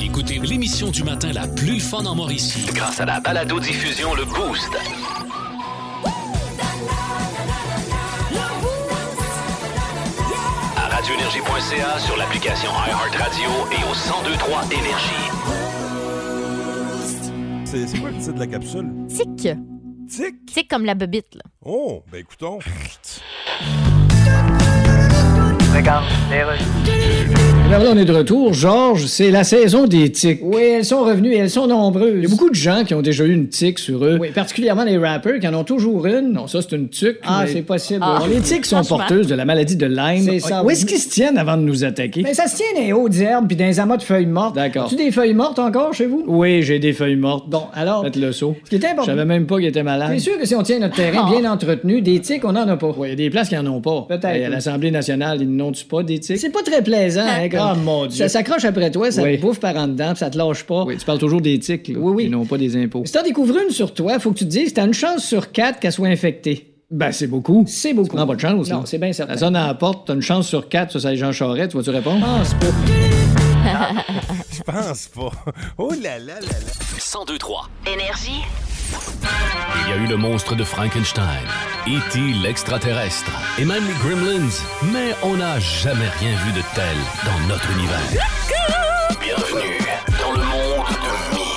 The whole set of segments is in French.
Écoutez l'émission du matin la plus fun en Mauricie. Grâce à la balado-diffusion Le Boost. À radioénergie.ca, sur l'application iHeartRadio et au 1023 Énergie. C'est c'est quoi le titre de la capsule? Tic. Tic! Tic comme la bobite, là. Oh, ben écoutons. Alors là, on est de retour. Georges, c'est la saison des tics. Oui, elles sont revenues et elles sont nombreuses. Il y a beaucoup de gens qui ont déjà eu une tique sur eux. Oui, particulièrement les rappers qui en ont toujours une. Non, ça, c'est une tuque. Ah, c'est possible. Ah. les tics sont Franchement. porteuses de la maladie de Lyme. C'est ça, Où oui. est-ce qu'ils se tiennent avant de nous attaquer? Mais ça se tient dans les hautes herbes puis dans les amas de feuilles mortes. D'accord. As-tu des feuilles mortes encore chez vous? Oui, j'ai des feuilles mortes. Bon, alors, Faites le saut. ce qui est Je important, savais même pas qu'ils étaient malades. c'est sûr que si on tient notre terrain Ah. bien entretenu, des tiques, on n'en a pas. Il y a des places qui en ont pas. Peut-être, Hey, À oui. l'Assemblée nationale, ils n'ont-tu pas des tics? C'est pas très plaisant, hein, comme- Ah, mon Dieu. Ça s'accroche après toi, ça Oui. te bouffe par en dedans, puis ça te lâche pas. Oui, tu parles toujours des tics, là. Oui, oui. Et non pas des impôts. Si t'en découvres une sur toi, faut que tu te dises, t'as une chance sur quatre qu'elle soit infectée. Ben, c'est beaucoup. C'est beaucoup. Tu prends pas de chance, Non, là. c'est bien La certain. zone à la porte, t'as une chance sur quatre, ça, c'est Jean Charest, tu vas-tu répondre? Pense Ah, pas. Je pense pas. Oh là là là là. 1023. Énergie. Il y a eu le monstre de Frankenstein, E.T. l'extraterrestre et même les Gremlins, mais on n'a jamais rien vu de tel dans notre univers. Bienvenue dans le monde de Mi.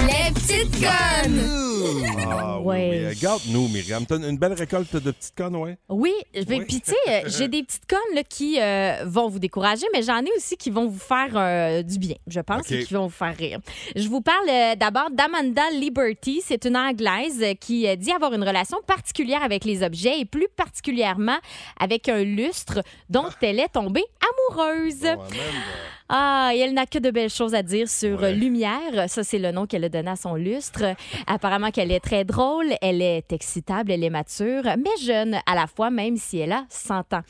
Les petites connes. Ah oui, Ouais. oui. Regarde-nous, Myriam. T'as une belle récolte de petites connes, ouais? Oui, je vais- Oui. puis tu sais, euh, j'ai des petites connes là, qui euh, vont vous décourager, mais j'en ai aussi qui vont vous faire euh, du bien, je pense, Ok. et qui vont vous faire rire. Je vous parle euh, d'abord d'Amanda Liberty. C'est une Anglaise euh, qui euh, dit avoir une relation particulière avec les objets et plus particulièrement avec un lustre dont Ah. elle est tombée amoureuse. Bon, même, euh, Ah, et elle n'a que de belles choses à dire sur Ouais. euh, Lumière. Ça, c'est le nom qu'elle a donné à son lustre. Apparemment qu'elle est très drôle, elle est excitable, elle est mature, mais jeune à la fois, même si elle a 100 ans.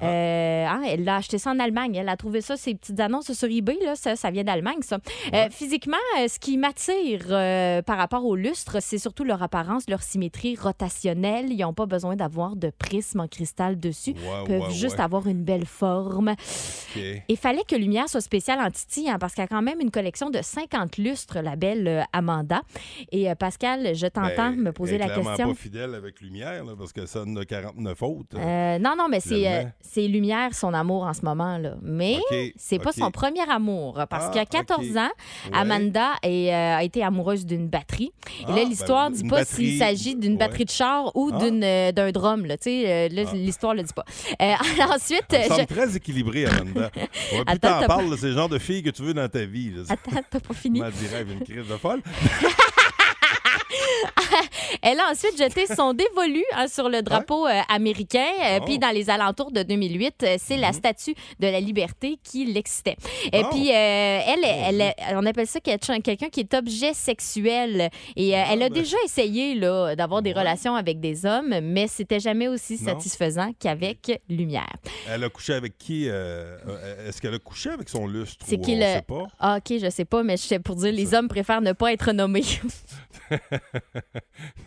Ah. Euh, hein, elle l'a acheté ça en Allemagne. Elle a trouvé ça, ces petites annonces sur eBay. Là, ça, ça vient d'Allemagne, ça. Euh, physiquement, euh, ce qui m'attire euh, par rapport au lustre, c'est surtout leur apparence, leur symétrie rotationnelle. Ils n'ont pas besoin d'avoir de prisme en cristal dessus. Ouais, Ils peuvent ouais, juste ouais. avoir une belle forme. OK. Il fallait que Lumière soit spéciale en Titi, hein, parce qu'elle a quand même une collection de 50 lustres, la belle euh, Amanda. Et euh, Pascal, je t'entends Ben, me poser elle est la clairement question. pas fidèle avec Lumière, là, parce que ça en a 49 autres. Euh, non, non, mais c'est Finalement. euh, c'est Lumière, son amour en ce moment. là. Mais OK, eh, c'est pas OK. son premier amour, hein, parce Ah, qu'à 14 OK. ans, Ouais. Amanda est, euh, a été amoureuse d'une batterie. Et Ah, là, ben, l'histoire une dit pas batterie, s'il s'agit d'une ouais. batterie de char ou Ah. d'une euh, d'un drum. Là, tu sais, euh, là, Ah. l'histoire le dit pas. Euh, ensuite, Elle me je- semble très équilibrée, Amanda. Ouais, puis Attends, t'en t'as parles, là, c'est le genre de fille que tu veux dans ta vie. là. Attends, t'as pas fini. Comment elle dirait, elle a une crise de folle. Elle a ensuite jeté son dévolu hein, sur le drapeau euh, américain. euh, Oh. Mhm. Puis dans les alentours de 2008, euh, c'est la statue de la liberté qui l'excitait. Et Oh. puis, euh, elle, elle, on appelle ça quelqu'un quelqu'un qui est objet sexuel. Et euh, Ah, elle a ben. déjà essayé là, d'avoir des Ouais. relations avec des hommes, mais c'était jamais aussi Non. satisfaisant qu'avec Lumière. Elle a couché avec qui euh, euh, Est-ce qu'elle a couché avec son lustre C'est ou qui on le- sait pas Ah, OK, je sais pas, mais je sais pour dire, les Ça. hommes préfèrent ne pas être nommés.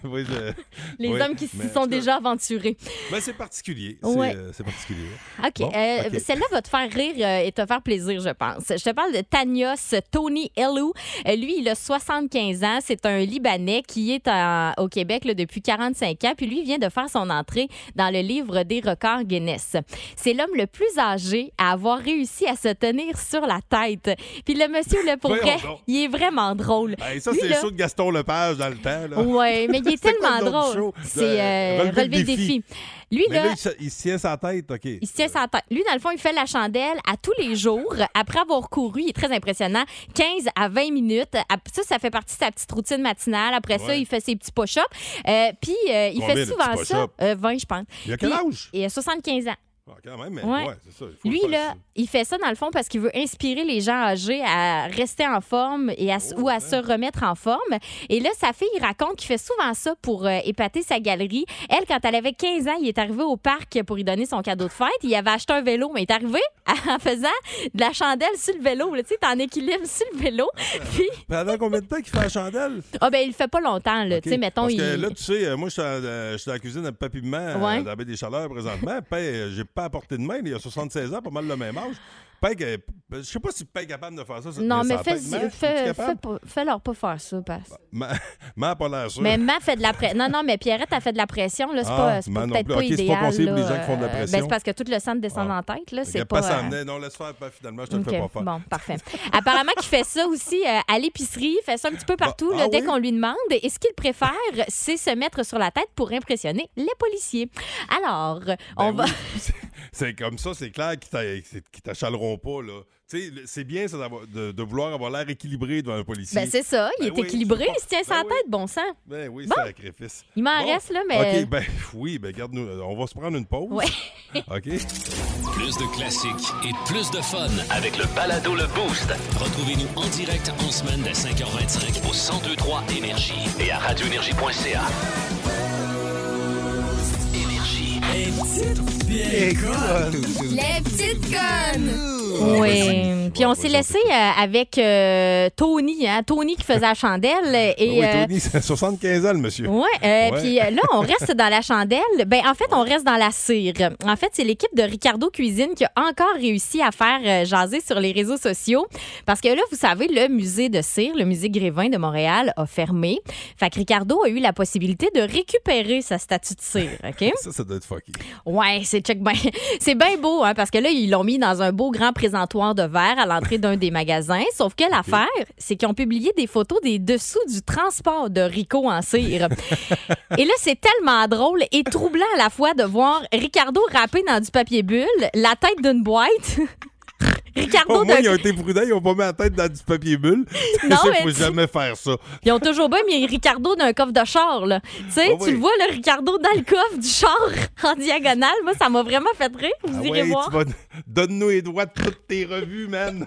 Oui, je- les Oui, hommes qui s'y mais en tout sont cas- déjà aventurés. Ben, c'est particulier. C'est Ouais. euh, c'est particulier. OK. Bon, euh, OK. Celle-là va te faire rire euh, et te faire plaisir, je pense. Je te parle de Tanios Tony Elou. Euh, lui, il a 75 ans. C'est un Libanais qui est en- au Québec là, depuis 45 ans. Puis lui, il vient de faire son entrée dans le livre des records Guinness. C'est l'homme le plus âgé à avoir réussi à se tenir sur la tête. Puis le monsieur, le pour Voyons vrai, donc. il est vraiment drôle. Ben, ça, Lui, c'est le là- show de Gaston Lepage dans le temps. Là. Oui, mais il est C'est quoi tellement le nom du drôle. show? C'est Euh, euh, relever, le défi. Lui, Mais là, là, il, se, il se tient sa tête, OK. Il se tient sa tête. Lui, dans le fond, il fait la chandelle à tous les jours. Après avoir couru, il est très impressionnant, 15 à 20 minutes. Ap- Ça, ça fait partie de sa petite routine matinale. Après ça, Ouais. il fait ses petits push-ups. Euh, puis, euh, il Combien fait de souvent petits ça. push-ups? Euh, 20, je pense. Il a quel Puis- âge Et euh, 75 ans. Ah, quand même, mais Ouais. ouais, c'est ça. il faut Lui, le faire, là, il fait ça dans le fond parce qu'il veut inspirer les gens âgés à rester en forme et à, s- Oh, ou à hein. se remettre en forme. Et là, sa fille raconte qu'il fait souvent ça pour euh, épater sa galerie. Elle, quand elle avait 15 ans, il est arrivé au parc pour lui donner son cadeau de fête. Il avait acheté un vélo, mais il est arrivé en faisant de la chandelle sur le vélo. là, Tu sais, t'es en équilibre sur le vélo. Puis, ça. Pendant combien de temps qu'il fait la chandelle? ah ben, il le fait pas longtemps, là. OK. Tu sais, mettons, Parce il... que là, tu sais, euh, moi, je suis, en- euh, je suis dans la cuisine à papy maman Ouais. dans la baie des Chaleurs présentement. Paye, j'ai pas à portée de main. Il a 76 ans, pas mal le même âge. Paye, que- je sais pas si Paye est capable de faire ça. Non, mais ça, fais, Paye, Ma, es-tu fais, fais capable? pas- fais-leur pas faire ça, parce... Ma, Ma a pas l'air sûre. Mais Ma fait de la pression. Non, non, mais Pierrette a fait de la pression. Là, c'est Ah, pas, c'est Ma pas- non peut-être plus. pas Ok, c'est pas idéal. conseillé pour les là. gens qui font de la Euh, ben, pression. c'est parce que tout le sang descend en tête. Là, Il c'est a pas. pas euh, s'en venir. Non, laisse faire. Paye, finalement, je te le fais ok, pas faire. Bon, parfait. Apparemment qu'il fait ça aussi euh, à l'épicerie, il fait ça un petit peu partout Bon, là, ah dès oui? qu'on lui demande. Et ce qu'il préfère, c'est se mettre sur la tête pour impressionner les policiers. Alors, on va... Ben oui, c'est- C'est comme ça, c'est clair qu'ils t'a- c'est- qu'ils t'achaleront pas. là. Tu sais, le- c'est bien ça, d'avoir- de, de vouloir avoir l'air équilibré devant un policier. Ben, c'est ça, il Ben est oui, équilibré, c'est pas- il se tient Ben sa oui. tête, bon sang. Ben oui, Bon. sacrifice. Il m'en Bon. reste là, mais... OK, ben oui, ben regarde, nous, on va se prendre une pause. Ouais. OK. Ah Plus de classiques et plus de fun. Avec le balado Le Boost Retrouvez-nous en direct en semaine dès 5h25 au 1023 Énergie et à radioénergie.ca. Énergie. Les petites connes. Oui. Puis on s'est laissé euh, avec euh, Tony, hein, Tony qui faisait la chandelle. Ben Et, oui, euh, Tony, c'est 75 ans, le monsieur. Ouais, euh, Ouais. puis euh, là, on reste dans la chandelle. Ben, en fait, on reste dans la cire. En fait, c'est l'équipe de Ricardo Cuisine qui a encore réussi à faire euh, jaser sur les réseaux sociaux. Parce que là, vous savez, le musée de cire, le musée Grévin de Montréal, a fermé. Fait que Ricardo a eu la possibilité de récupérer sa statue de cire, OK? Ça, ça doit être fucké. Ouais, c'est check ben. C'est bien beau, hein, parce que là, ils l'ont mis dans un beau grand présentoir de verre à l'entrée d'un des magasins. Sauf que l'affaire, c'est qu'ils ont publié des photos des dessous du transport de Rico en cire. et là, c'est tellement drôle et troublant à la fois de voir Ricardo râpé dans du papier bulle, la tête d'une boîte. Ricardo Au moins, d'un- ils ont été prudents, ils ont pas mis la tête dans du papier bulle. Non, Il mais faut tu- jamais faire ça. Ils ont toujours bien mis Ricardo d'un coffre de char, là. Tu sais, Ah tu oui. le vois, le Ricardo dans le coffre du char en diagonale. Moi, ça m'a vraiment fait rire. Vous Ah irez ouais, tu voir. vas- Donne-nous les droits de toutes tes revues, man.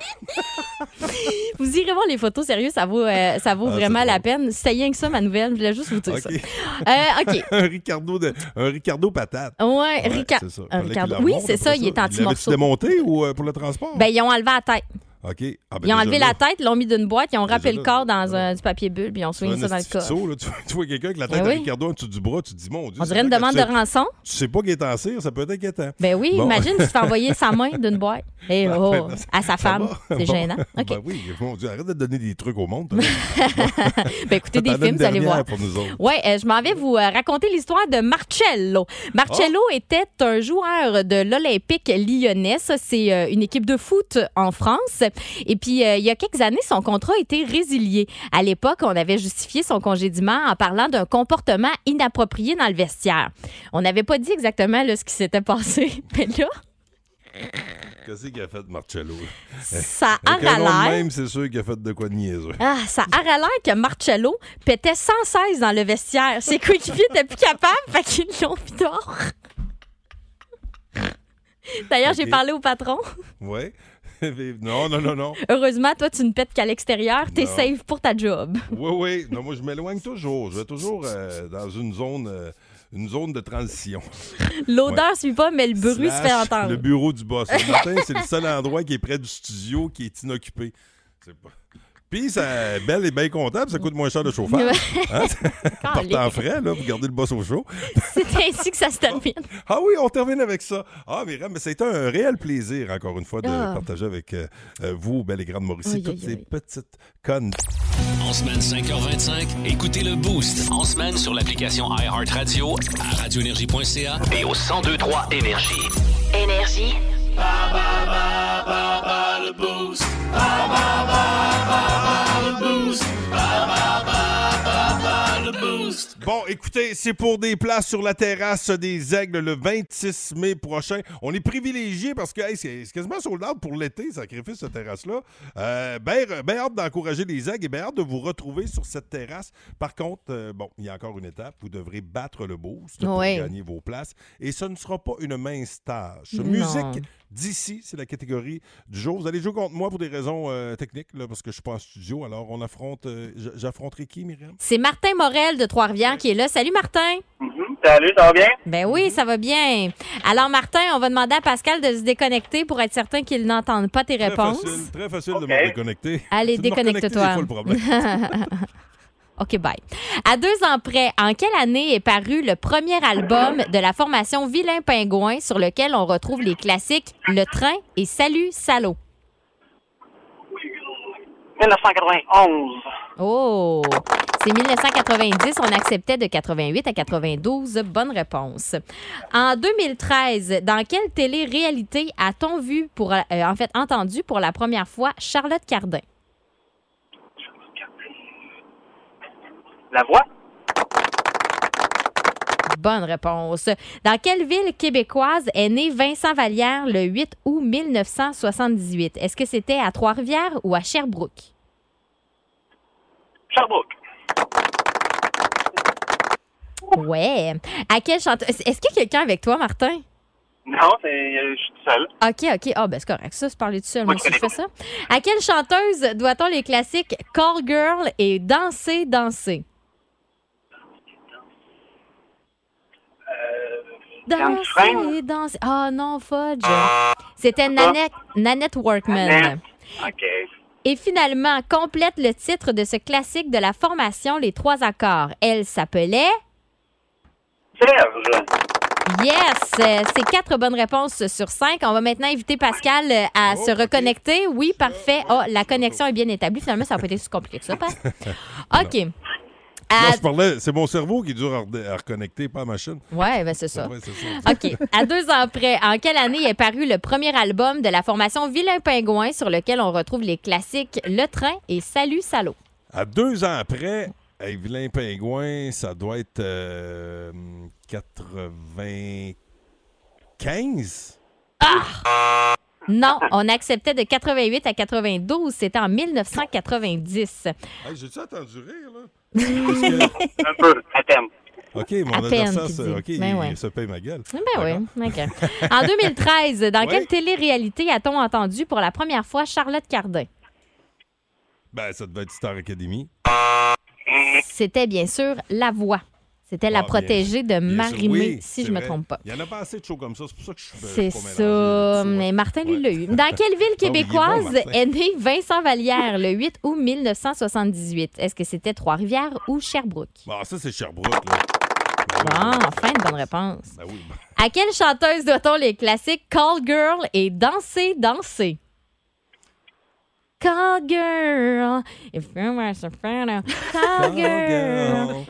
Vous irez voir les photos, sérieux, ça vaut, euh, ça vaut Ah, vraiment c'est la peine. C'était rien que ça, ma nouvelle. Je voulais juste vous dire ça. OK. Euh, OK. un Ricardo, de... un Ricardo patate. Ouais, Ouais, Rica- c'est ça. un Fallait Ricardo. qu'il Oui, la remonte c'est ça, après il est anti-morceau. l'avait-tu démonté ou euh, pour le transport? Ben, ils ont enlevé la tête. OK. Ah, ben, Ils ont déjà enlevé là, la tête, l'ont mis d'une boîte, ils ont râpé Déjà le là, corps dans voilà. un, du papier bulle, puis ils ont tu vois soigné ça un dans le esti corps. de saut, là, tu, vois- tu vois quelqu'un avec la tête Ben de oui. Ricardo en dessous du bras, tu te dis, mon Dieu. On c'est dirait une vrai que demande de tu sais- rançon. Tu sais pas qu'il est en cire, ça peut être inquiétant. Ben oui, Bon. imagine si tu fais envoyer sa main d'une boîte. Et oh, à sa Ça femme. va? C'est Ah Bon. gênant. OK. Ben oui, mon Dieu, arrête de donner des trucs au monde. toi. Ben, écoutez des T'en as une films, vous allez dernière voir. pour nous autres. Oui, je m'en vais vous euh, raconter l'histoire de Marcello. Marcello Ah. était un joueur de l'Olympique lyonnais. Ça, c'est euh, une équipe de foot en France. Et puis, euh, il y a quelques années, son contrat a été résilié. À l'époque, on avait justifié son congédiement en parlant d'un comportement inapproprié dans le vestiaire. On n'avait pas dit exactement là, ce qui s'était passé. Mais là, Qu'est-ce qu'il a fait, Marcello? ça a Eh, Avec un nom de l'air. même, c'est sûr qu'il a fait de quoi de niaiseux. Ah, ça a l'air que Marcello pétait 116 dans le vestiaire. Ses coéquipiers n'étaient plus capables, fait qu'ils l'ont mis dehors. D'ailleurs, j'ai Ok. parlé au patron. Ouais. non, non, non, non. Heureusement, toi, tu ne pètes qu'à l'extérieur. T'es Non. safe pour ta job. Oui, oui. Non, moi, je m'éloigne toujours. Je vais toujours euh, dans une zone, euh, une zone de transition. L'odeur suit pas, mais le bruit se fait Slash entendre. Le bureau du boss. Le matin, c'est le seul endroit qui est près du studio qui est inoccupé. C'est pas- Puis, ça, Belle est bien comptable, ça coûte moins cher de chauffage. Partant frais, là, vous gardez le boss au chaud. C'est ainsi que ça se termine. Ah oui, on termine avec ça. Ah, Myriam, mais c'était un réel plaisir, encore une fois, de Ah. partager avec euh, euh, vous, Belle et Grande Mauricie, Aïe, toutes aïe, ces aïe. petites connes. En semaine 5h25, écoutez le Boost. En semaine sur l'application iHeartRadio À radioénergie.ca, et au 1023 Énergie. Énergie. Bon, écoutez, c'est pour des places sur la terrasse des Aigles le 26 mai prochain. On est privilégié parce que hey, c'est c'est quasiment sur l'arbre pour l'été, sacrifice, cette terrasse-là. Euh, ben, re- ben hâte d'encourager les Aigles et ben hâte de vous retrouver sur cette terrasse. Par contre, euh, bon, il y a encore une étape. Vous devrez battre le boost pour Ouais. gagner vos places. Et ce ne sera pas une mince tâche. Non. Musique d'ici, c'est la catégorie du jour. Vous allez jouer contre moi pour des raisons euh, techniques, là, parce que je suis pas en studio. Alors, on affronte. euh, j- J'affronterai qui, Myriam? C'est Martin Morel de Trois-Rivières qui est là. Salut Martin! Salut, ça va bien? Ben Mm-hmm. oui, ça va bien. Alors Martin, on va demander à Pascal de se déconnecter pour être certain qu'il n'entende pas tes réponses. Très facile, très facile de Ok. me déconnecter. Allez, C'est de me reconnecter, déconnecte-toi. des fois, le problème. OK, bye. À deux ans près, en quelle année est paru le premier album de la formation Vilain Pingouin sur lequel on retrouve les classiques Le Train et Salut, Salaud? 1991. Oh! C'est 1990, on acceptait de 88 à 92. Bonne réponse. En 2013, dans quelle télé-réalité a-t-on vu, pour, euh, en fait, entendu pour la première fois Charlotte Cardin? La voix? Bonne réponse. Dans quelle ville québécoise est né Vincent Vallière le 8 août 1978? Est-ce que c'était à Trois-Rivières ou à Sherbrooke? Sherbrooke. Ouais. À quel chanteur? Est-ce qu'il y a quelqu'un avec toi, Martin? Non, c'est, euh, je suis tout seul. OK, OK. Ah, ben c'est correct. Ça, c'est parler tout seul. Moi Oui, aussi, je fais ça. À quelle chanteuse doit-on les classiques Call Girl et Danser, Danser? Diane Dufresne? Danser, danser. Ah non, fudge. C'était Nanette, Nanette Workman. Nanette. OK. Et finalement, complète le titre de ce classique de la formation Les Trois Accords. Elle s'appelait Serge. Yes. Euh, C'est quatre bonnes réponses sur cinq. On va maintenant inviter Pascal euh, à Oh, se ok. reconnecter. Oui, parfait. Oh, la connexion est bien établie. Finalement, ça n'a pas été si compliqué que ça, Pat. OK. Non, À- je parlais, c'est mon cerveau qui est dur à, re- à reconnecter, pas la machine. Ouais, ben c'est ça. Ouais, c'est ça. OK. À deux ans près, en quelle année est paru le premier album de la formation Vilain Pingouin sur lequel on retrouve les classiques Le Train et Salut Salaud? À deux ans après, hey, Vilain Pingouin, ça doit être euh, 95. Non, on acceptait de 88 à 92. C'était en 1990. Hey, J'ai-tu entendu rire, là? Un peu, à thème. OK, À mon peine, adversaire, qu'il dit. se- OK, Ben il ouais. se paye ma gueule. Ben oui, OK. En 2013, dans Ouais. quelle télé-réalité a-t-on entendu pour la première fois Charlotte Cardin? Ben, ça devait être Star Academy. C'était bien sûr La Voix. C'était la Ah, bien protégée de Bien sûr, Marimé, oui, si c'est je ne me vrai. trompe pas. Il n'y en a pas assez de shows comme ça, c'est pour ça que je suis euh, C'est pas mélangé ça. là-dessus, ouais. Mais Martin, lui, Ouais. Ah l'a eu. Dans quelle ville il est bon, québécoise Martin. est né Vincent Vallière le 8 août 1978? Est-ce que c'était Trois-Rivières ou Sherbrooke? Bon, Bah, ça, c'est Sherbrooke, là. Bon, enfin une bonne réponse. Ben oui, ben- À quelle chanteuse doit-on les classiques Call Girl et Danser, Danser? Call Girl, if you were so proud of- Call Girl,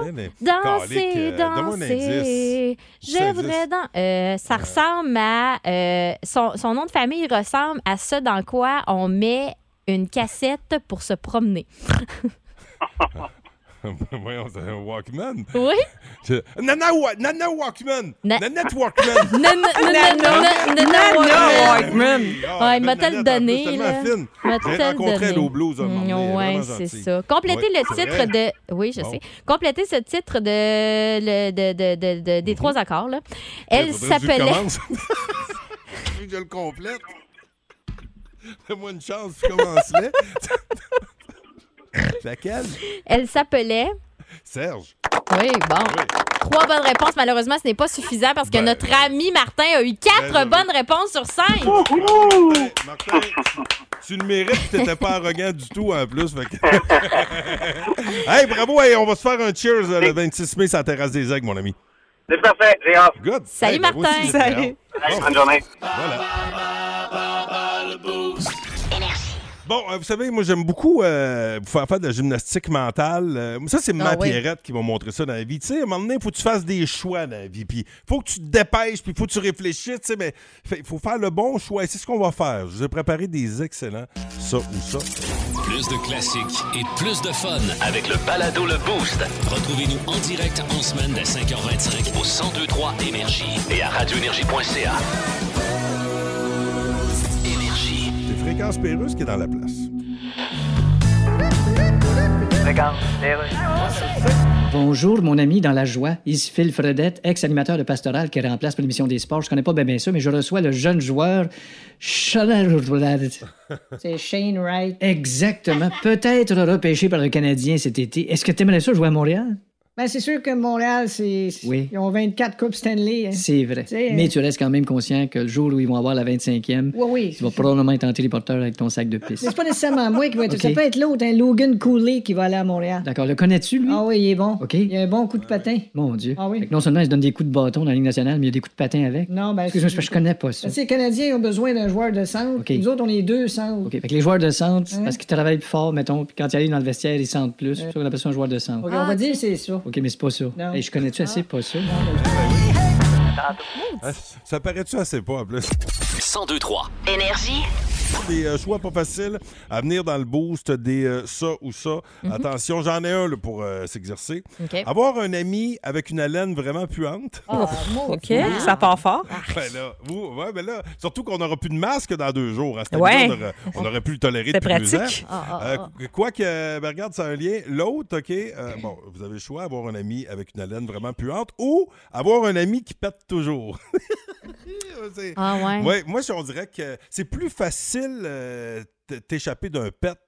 Calique, danser, euh, donne-moi un indice. danser, Ça je voudrais existe. dans. Euh, ça ressemble à euh, son, son nom de famille ressemble à ce dans quoi on met une cassette pour se promener. Voyons, c'est un Walkman. Oui. Je- Nana, Wa- Nana Walkman. Na- Nanette Walkman. Ah, Non, non, non, non, non, non, non, non. Ouais, il m'a Nanette, t-elle en plus, donné, tellement là. fine. M'a J'ai t-elle rencontré elle donné? au blues un moment donné, elle est Ouais, vraiment c'est gentille. ça. Complétez Ouais, le c'est titre vrai. de. Oui, je Bon. sais. Complétez ce titre de, le- de- de- de- de- Mhm. des trois accords. Là. Elle Faudrait que tu le s'appelait. commences. Faut que Je le complète. Fais-moi une chance, tu commencerais. Laquelle? Elle s'appelait. Serge. Oui, bon. Oui. Trois bonnes réponses. Malheureusement, ce n'est pas suffisant parce que Ben, notre ami Martin a eu quatre ben, ben. bonnes réponses sur cinq. Hey, Martin, tu le mérites, tu n'étais pas arrogant du tout en plus. fait que- hey, bravo, hey, on va se faire un cheers euh, le 26 mai sur la terrasse des aigles, mon ami. C'est parfait, j'ai hâte. Good. Salut, ben, moi Martin. aussi, j'ai très Oh. Salut. hâte. Allez, bonne journée. Voilà. Bon, euh, vous savez, moi, j'aime beaucoup euh, vous faire faire de la gymnastique mentale. Euh, ça, c'est ma Ah oui. Pierrette qui m'a montré ça dans la vie. Tu sais, à un moment donné, il faut que tu fasses des choix dans la vie. Puis, faut que tu te dépêches, puis faut que tu réfléchisses. Tu sais, mais il faut faire le bon choix. Et c'est ce qu'on va faire. Je vous ai préparé des excellents, ça ou ça. Plus de classiques et plus de fun. Avec le balado Le Boost Retrouvez-nous en direct en semaine dès 5h25 au 1023 Énergie et à radioénergie.ca. Énergie. C'est Fréquence Pérusse qui est dans la place. Bonjour, mon ami dans la joie. Ici Phil Fredette, ex-animateur de Pastoral qui remplace pour l'émission des sports. Je connais pas bien, bien ça, mais je reçois le jeune joueur... C'est Shane Wright. Exactement. Peut-être repêché par le Canadien cet été. Est-ce que t'aimerais ça jouer à Montréal? Ben, c'est sûr que Montréal, c'est. Oui. Ils ont 24 Coupes Stanley. hein. C'est vrai. C'est- Mais tu restes quand même conscient que le jour où ils vont avoir la 25e, Oui, oui. tu vas probablement être en téléporteur avec ton sac de Mais piste. c'est pas nécessairement moi qui vais être. Ok. Ça peut être l'autre, hein, Logan Cooley, qui va aller à Montréal. D'accord, le connais-tu, lui? Ah oui, il est bon. Ok. Il a un bon coup de patin. Mon Dieu. Ah oui. Fait que non seulement ils se donnent des coups de bâton dans la Ligue nationale, mais il y a des coups de patin avec. Non, ben. Excuse-moi, c'est parce que je connais pas ça. Ben, tu sais, les Canadiens ont besoin d'un joueur de centre. Ok. Nous autres, on est deux centres. OK, fait que les joueurs de centre, c'est Hein? parce qu'ils travaillent plus fort, mettons, puis quand ils arrivent dans le vestiaire, ils sentent plus. C'est ça qu'on appelle ça un joueur de centre. Ok, Ah, on va ok. dire que c'est ça. OK, mais c'est pas ça. Non. Hey, je connais-tu assez pas ça? Hein? Ça paraît-tu assez pas, en plus? 1023 Des euh, choix pas faciles à venir dans le boost, des euh, ça ou ça. Mhm. Attention, j'en ai un là, pour euh, s'exercer. OK. Avoir un ami avec une haleine vraiment puante. Ah. Ah, OK, hein. ça part fort. Ben là, vous- ouais, ben là, surtout qu'on n'aura plus de masque dans deux jours. À cette Ouais. époque-là, on, aurait, on aurait pu le tolérer C'est depuis deux ans. pratique. Ah, ah, Euh, ah. qu- Quoique, euh, ben regarde, ça a un lien. L'autre, OK, euh, bon, vous avez le choix, avoir un ami avec une haleine vraiment puante ou avoir un ami qui pète toujours. C'est- Ah ouais. Ouais, moi, je- on dirait que c'est plus facile euh, t- t'échapper d'un pet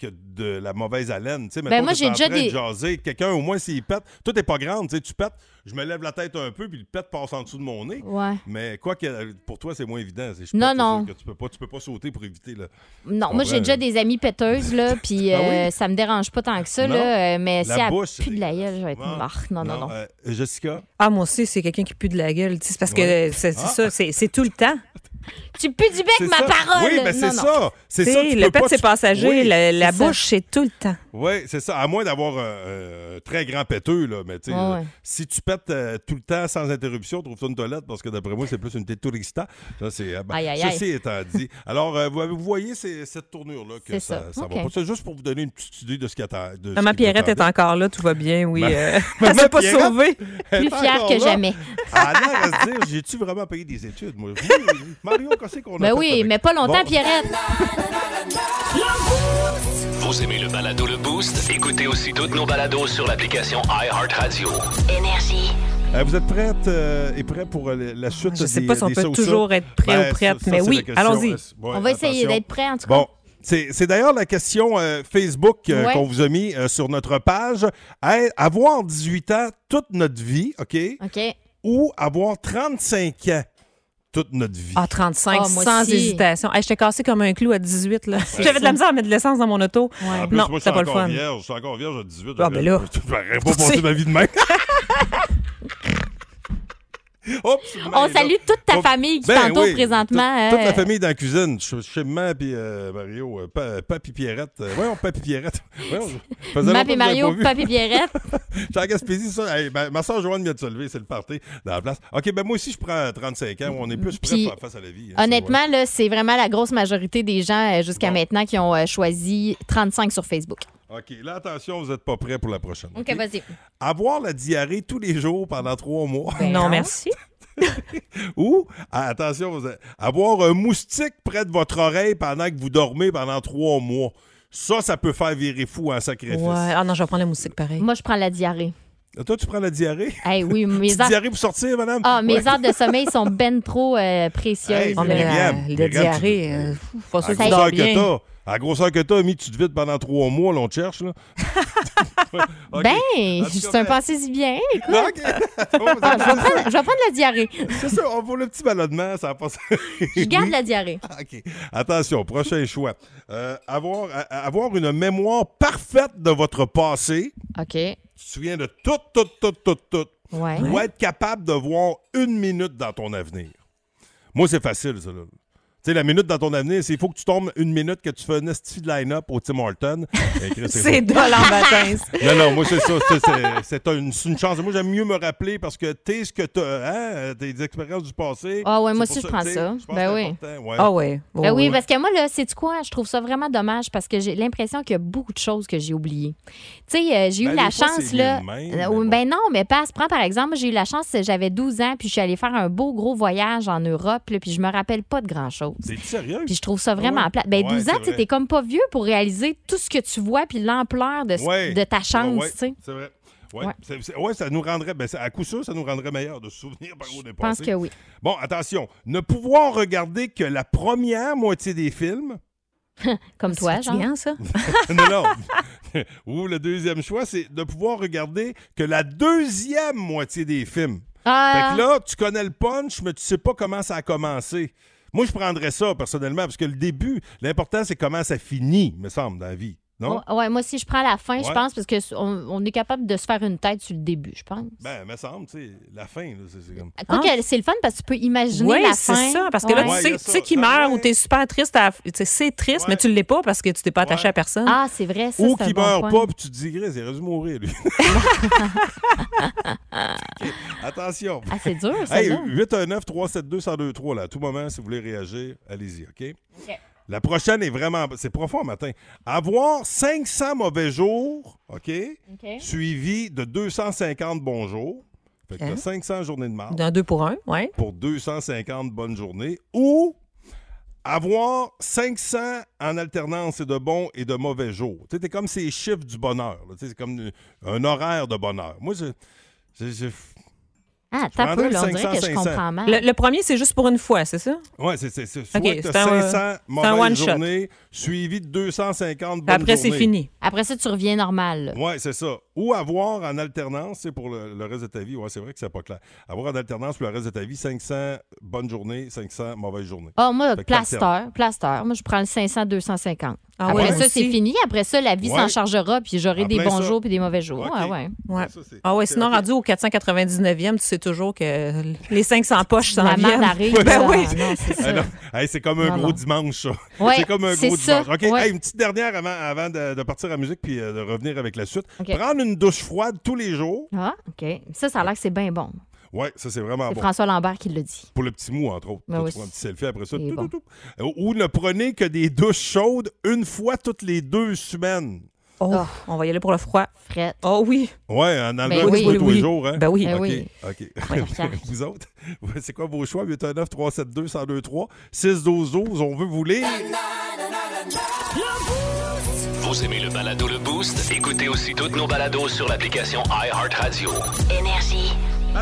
que de la mauvaise haleine. Tu sais, mettons Ben, moi, que j'ai t'es en déjà train de des- jaser. Quelqu'un, au moins, s'il pète, toi, t'es pas grande, tu sais, tu pètes, je me lève la tête un peu, puis le pète passe en dessous de mon nez. Ouais. Mais quoi que euh, pour toi, c'est moins évident. c'est- je Non, pense que c'est non. sûr Que tu, peux pas, tu peux pas sauter pour éviter. Là. Non, moi, comprends, j'ai déjà là. des amies péteuses, là, puis ben. Ah oui? euh, ça me dérange pas tant que ça, Non. là, euh, mais si La elle bouche, pue de la gueule, je vais être Ouais. morte. Non, non, non. euh, Jessica, Ah, moi aussi, c'est quelqu'un qui pue de la gueule. tu sais, C'est parce que Ouais. c'est c'est Ah. ça, c'est c'est tout le temps. Tu pues du bec, c'est ma ça. parole! Oui, mais Non, c'est non. ça. C'est Tu ça. sais, le pet, c'est passager. la la c'est ça. bouche, c'est tout le temps. Oui, c'est ça. À moins d'avoir un un très grand péteux, là. Mais tu sais, Ouais, euh, ouais. si tu pètes euh, tout le temps sans interruption, trouve-toi une toilette parce que d'après moi, c'est plus une tétourista. Ça, c'est. ah, ben, Aïe, aïe, aïe. ceci étant dit. Alors, euh, vous, vous voyez c'est- cette tournure-là que C'est ça, ça. va Ok. pas. C'est juste pour vous donner une petite idée de ce qu'il attend. de ce Maman qui vous Pierrette est attendait. encore là, tout va bien, oui. Ma- euh, Maman elle s'est pas Pierrette? sauvée. Elle est Plus fière encore que là. Ah, jamais. Elle a l'air à se dire j'ai-tu vraiment payé des études, moi Oui, oui. Mario, qu'est-ce qu'on a Ben fait oui, avec- mais pas longtemps, Bon. Pierrette. Vous aimez le balado Le Boost? Écoutez aussi toutes nos balados sur l'application iHeartRadio. Euh, vous êtes prête euh, et prêt pour euh, le- la suite Je sais des- euh, pas si on des peut ça ou ça? toujours être prêt Ben, ou prête, ça- ça, mais c'est oui, la question. allons-y. Ouais, On va essayer attention. d'être prêt, en tout cas. Bon. C'est c'est d'ailleurs la question euh, Facebook euh, Ouais. qu'on vous a mis euh, sur notre page. Hey, avoir 18 ans toute notre vie, OK? OK. Ou avoir 35 ans toute notre vie. Ah, 35, Ah, moi sans aussi. hésitation. Hey, J'étais cassée comme un clou à 18. là. J'avais de la misère à mettre de l'essence dans mon auto. En plus, Non, moi, je suis c'est pas le encore fun. vierge. Je suis encore vierge à 18. Ah, ben là. Je n'aurais pas passé ma vie de même. Oups, On mais là. salue toute ta Bon, famille qui Ben t'entoure oui, présentement. Toute, toute euh, la famille dans la cuisine. Je suis maman puis euh, Mario, euh, pa- Papy Pierrette. Euh, voyons, Papy Pierrette. Voyons, je- faisait longtemps Map que je et l'avais Mario, pas vu. Papy Pierrette. J'étais en Gaspésie, ça. Hey, ma, ma soeur Joanne vient de se lever, c'est le party dans la place. OK, ben moi aussi, je prends euh, 35 ans. On est plus prêt Puis, fa- face à la vie. hein, Honnêtement, là, c'est vraiment la grosse majorité des gens euh, jusqu'à Bon. maintenant qui ont euh, choisi 35 sur Facebook. c'est vrai. OK, là, attention, vous n'êtes pas prêts pour la prochaine. OK, OK? vas-y. Avoir la diarrhée tous les jours pendant trois mois. Ben Non, merci. Ou, ah, attention, vous avez- avoir un moustique près de votre oreille pendant que vous dormez pendant trois mois. Ça, ça peut faire virer fou hein, en sacrifice. Ouais. Ah non, je vais prendre la moustique pareil. Moi, je prends la diarrhée. Toi, tu prends la diarrhée? Hey, oui, mes Petite heures, diarrhée pour sortir, madame? ah, mes Ouais. heures de sommeil sont ben trop euh, précieuses. Hey, Ah, là. mais la, Myriam, la Myriam, tu- diarrhée, euh, pff, pas À sûr que tu dors grosseur que bien. t'as, à grosseur que t'as, mis, tu te vides pendant trois mois, là, on te cherche, là. OK. Ben, En tout je cas, suis un ben- pensée si bien. Non, OK. Bon, Ah, je, vais prendre, je vais prendre la diarrhée. c'est ça, on va le petit ballonnement, ça passe. Je garde la diarrhée. OK. Attention, prochain choix. Euh, avoir, à- à- avoir une mémoire parfaite de votre passé. OK. Tu te souviens de tout, tout, tout, tout, tout. Ouais. Ou être capable de voir une minute dans ton avenir. Moi, c'est facile, ça, là. Tu sais, la minute dans ton avenir, c'est il faut que tu tombes une minute que tu fais un esti de line-up au Tim Horton. Eh, Chris, C'est de Ben l'embatins. Non, non, moi, c'est ça. c'est- c'est- C'est une, c'est une chance. Moi, j'aime mieux me rappeler parce que t'es ce que t'as, hein, tes expériences du passé. Ah ouais, moi C'est aussi, je pour prends tu sais, ça. je pense Ben que c'est oui. important, ouais. Ah ouais. Oh Ben oui, oui. parce que moi, là, c'est quoi? Je trouve ça vraiment dommage parce que j'ai l'impression qu'il y a beaucoup de choses que j'ai oubliées. Tu sais, euh, j'ai Ben, eu des la fois, chance, c'est là. les mêmes, Euh, mais ou- bon. ben non, mais passe. Prends par exemple, moi, j'ai eu la chance, euh, j'avais 12 ans, puis je suis allée faire un beau gros voyage en Europe, là, puis je me rappelle pas de grand-chose. C'est sérieux. Puis je trouve ça vraiment Ouais. plat. Ben, Ouais, 12 ans, c'est tu sais, vrai. t'es comme pas vieux pour réaliser tout ce que tu vois puis l'ampleur de, ce- Ouais. de ta chance, Ouais, ouais, tu sais. C'est vrai. Oui, Ouais. ça nous rendrait, ben, ça- à coup sûr, ça nous rendrait meilleur de se souvenir par où on est Je pense passé. que oui. Bon, attention, ne pouvoir regarder que la première moitié des films. Comme toi, C'est genre. fatigant, ça. non, non. Ou le deuxième choix, c'est de pouvoir regarder que la deuxième moitié des films. Ah, Fait que là, tu connais le punch, mais tu sais pas comment ça a commencé. Moi, je prendrais ça, personnellement, parce que le début, l'important, c'est comment ça finit, me semble, dans la vie. Non? oh, ouais, moi, si je prends la fin, je Ouais. pense, parce qu'on on est capable de se faire une tête sur le début, je pense. Ben, me semble, tu sais, la fin, là, c'est c'est comme... Quoi Hein? que c'est le fun parce que tu peux imaginer Oui, la c'est fin. ça. Parce que là, Ouais. Ouais, tu sais, y a tu ça. sais qu'il Ah, meurt ou ouais. t'es super triste. à la- tu sais, C'est triste, mais Ouais. tu l'es pas parce que tu t'es pas attaché Ouais. à personne. Ah, c'est vrai, ça, Ou c'est un qui bon meurt point. pas, puis tu te dis, Gris, il aurait dû mourir, lui. OK, Attention. Ah, c'est dur, ça. Hey, euh, 819-372-1023, là, à tout moment, si vous voulez réagir, allez-y, OK? La prochaine est vraiment... C'est profond, matin. Avoir 500 mauvais jours, OK, suivi de 250 bons jours. Fait que t'as Hein? 500 journées de marde D'un deux pour un, ouais. pour 250 bonnes journées. Ou avoir 500 en alternance et de bons et de mauvais jours. Tu sais, t'es comme ces chiffres du bonheur. là. Tu sais, C'est comme une- un horaire de bonheur. Moi, je... je- je- Ah, t'as peu, prendrais là, on le dirait que je 500. comprends mal. Le, le premier, c'est juste pour une fois, c'est ça? Ouais, c'est c'est- c'est- Ok, soit que c'est t'as un, 500 euh, c'est un mauvaises one-shot. journées suivies de 250 Puis bonnes après, c'est journées. fini. Après ça, tu reviens normal. là. Ouais, c'est ça. Ou avoir en alternance, c'est pour le, le reste de ta vie. Ouais, c'est vrai que c'est pas clair. Avoir en alternance pour le reste de ta vie 500 bonnes journées, 500 mauvaises journées. Ah, moi, Fait que plaster, plaster. Moi, je prends le 500-250. Ah ouais, Après ça, aussi. c'est fini. Après ça, la vie Ouais. s'en chargera, puis j'aurai En des plein bons ça. jours puis des mauvais jours. Ok. Ah ouais. Ouais. Ça, c'est- Ah ouais, c'est- sinon ok. rendu au 499e, tu sais toujours que les 500 poches s'en La merde viennent. arrive. Ben là. oui. Non, c'est ça. Ah non. Hey, c'est comme un Non, gros non. dimanche, ça. Ouais, c'est comme un c'est gros ça. dimanche. OK, Ouais. hey, une petite dernière avant, avant de, de partir à la musique puis euh, de revenir avec la suite. OK. Prendre une douche froide tous les jours. Ah, OK. Ça, ça a l'air que c'est bien bon. Ouais, ça, c'est vraiment C'est Ah bon. François Lambert qui le dit. Pour le petit mou, entre autres. Ben Toi, oui, tu prends un petit selfie après ça. c'est Tout, bon. tout, tout. Euh, Ou ne prenez que des douches chaudes une fois toutes les deux semaines. Oh, Oh. on va y aller pour le froid. Fred. Oh oui. Ouais, en enlevant Ben un oui. petit peu Oui, tous oui. les jours. Hein? Ben oui. Ben OK, oui. OK. Ouais, Pierre. vous autres, c'est quoi vos choix? 819 372 1023 6 12 12 on veut vous lire. Vous aimez le balado Le Boost? Écoutez aussi toutes nos balados sur l'application iHeartRadio. Énergie.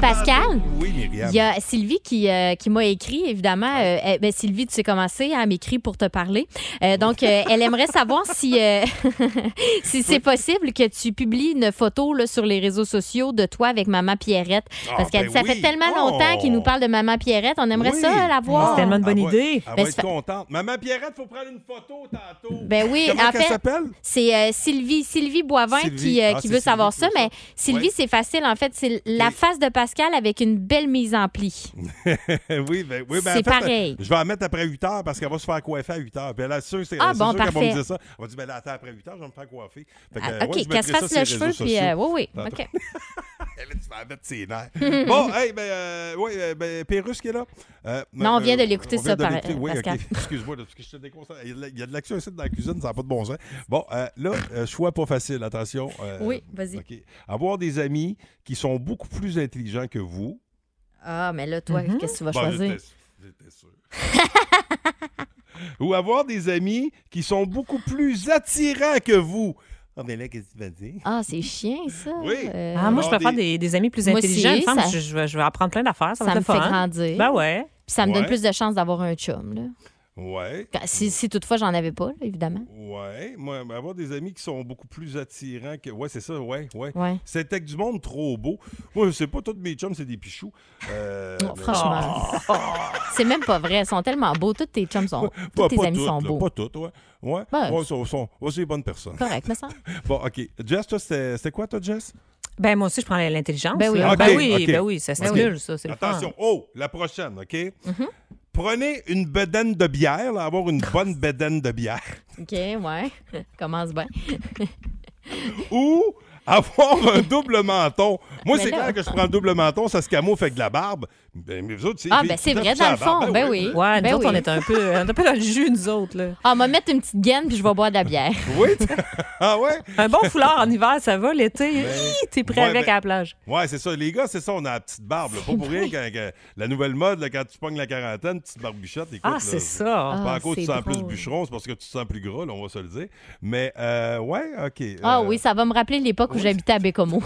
Pascal? Oui, Myriam. Il y a Sylvie qui, euh, qui m'a écrit, évidemment. Euh, eh, ben, Sylvie, tu sais comment c'est, elle m'écrit pour te parler. Euh, donc, euh, elle aimerait savoir si, euh, si c'est possible que tu publies une photo là, sur les réseaux sociaux de toi avec Maman Pierrette. Parce Ah, qu'elle ben dit, ça oui. fait tellement longtemps Oh. qu'il nous parle de Maman Pierrette. On aimerait Oui. Ah, ça la C'est voir. tellement une bonne Elle va- idée. Elle Ben, va c'est être fa- contente. Maman Pierrette, faut prendre une photo tantôt. Ben oui, Comment en qu'elle fait- s'appelle? C'est euh, Sylvie, Sylvie Boivin Sylvie. qui, euh, Ah, qui c'est veut savoir Sylvie ça, qui veut mais Sylvie, Ouais. c'est facile en fait. C'est la Ok. face de Pascal avec une belle mise en pli. oui, ben, oui, ben, en C'est fait, pareil. Je vais la mettre après 8 heures parce qu'elle va se faire coiffer à 8 heures. Puis elle est sûre, c'est Ah, c'est bon, sûr qu'elle va parfait. me dire ça. Elle va dire, ben là, attends, après 8 heures, je vais me faire coiffer. Fait que, Ah, euh, ouais, OK, je mettrai qu'elle se fasse ça le sur cheveu, réseaux puis euh, sociaux. oui, oui. Attends. OK. Elle, tu vas mettre ses nerfs. bon, hey, ben, euh, ouais, euh, ben, Pérus qui est là. Euh, Non, on euh, vient de l'écouter, on vient ça, de par- l'écouter. Oui, Pascal. OK. Excuse-moi, là, parce que je te déconcentre. Il y a de la- il y a de l'action ici dans la cuisine, ça n'a pas de bon sens. Bon, euh, là, euh, choix pas facile, attention. Euh, Oui, vas-y. OK. Avoir des amis qui sont beaucoup plus intelligents que vous. Ah, mais là, toi, qu'est-ce que tu vas Mm-hmm. Bon, choisir? j'étais- j'étais sûr. Ou avoir des amis qui sont beaucoup plus attirants que vous. Ah, ben là, qu'est-ce que tu vas dire? Ah, c'est chien, ça. Oui. Euh, Ah, moi, je Alors, préfère des, des amis plus Moi aussi, intelligents. Il me semble ça- que je, je vais, je vais apprendre plein d'affaires. Ça, ça va me être fait le fun. grandir. Ben ouais. Puis ça me donne Ouais. plus de chances d'avoir un chum. Là. Ouais, Quand- Si, si toutefois, j'en avais pas, là, évidemment. ouais. Moi, ben, avoir des amis qui sont beaucoup plus attirants que. Ouais, c'est ça, ouais, ouais. Ouais. C'est avec du monde trop beau. Moi, c'est pas tous mes chums, c'est des pichous. Euh, Non, mais- franchement. C'est même pas vrai. Ils sont tellement beaux. Tous tes chums sont. Tous Pas- tes pas amis toutes, sont là, beaux. Pas toutes, ouais. Ouais, Ben, ouais, sont- sont- ouais, c'est des bonnes personnes. Correct, me semble. Bon, OK. Jess, toi, c'était c'était quoi, toi, Jess? Ben moi aussi, je prends l'intelligence. Ben oui. là. OK, ben oui, OK. ben oui, ça Ben stimule, ça. C'est le fun. Mm-hmm. Attention. Oh, la prochaine, OK? Prenez une bedaine de bière, là, avoir une bonne bedaine de bière. OK, ouais. Commence bien. Ou avoir un double menton. Moi, Mais c'est là- clair que je prends le double menton, ça se camoufle avec de la barbe. Ben, mais vous autres, Ah, les ben, c'est petites vrai, tapes sur dans le fond. la barbe. Ben oui. Ouais, nous Ben autres, on oui. est un peu, on est un peu dans le jus, nous autres. Là. Ah, on va mettre une petite gaine puis je vais boire de la bière. Oui. ah ouais? Un bon foulard en hiver, ça va. L'été, hi, t'es prêt ouais, avec ben- à la plage. Ouais, c'est ça. Les gars, c'est ça, on a la petite barbe. là. Pas pour rien que, que la nouvelle mode, là, quand tu pognes la quarantaine, petite barbichette, écoute. Ah, là, c'est ça. Ah, Pas à cause que tu c'est sens plus drôle. bûcheron, c'est parce que tu te sens plus gras, là, on va se le dire. Mais, euh, ouais, OK. euh, Ah oui, ça va me rappeler l'époque où j'habitais à Bécomo.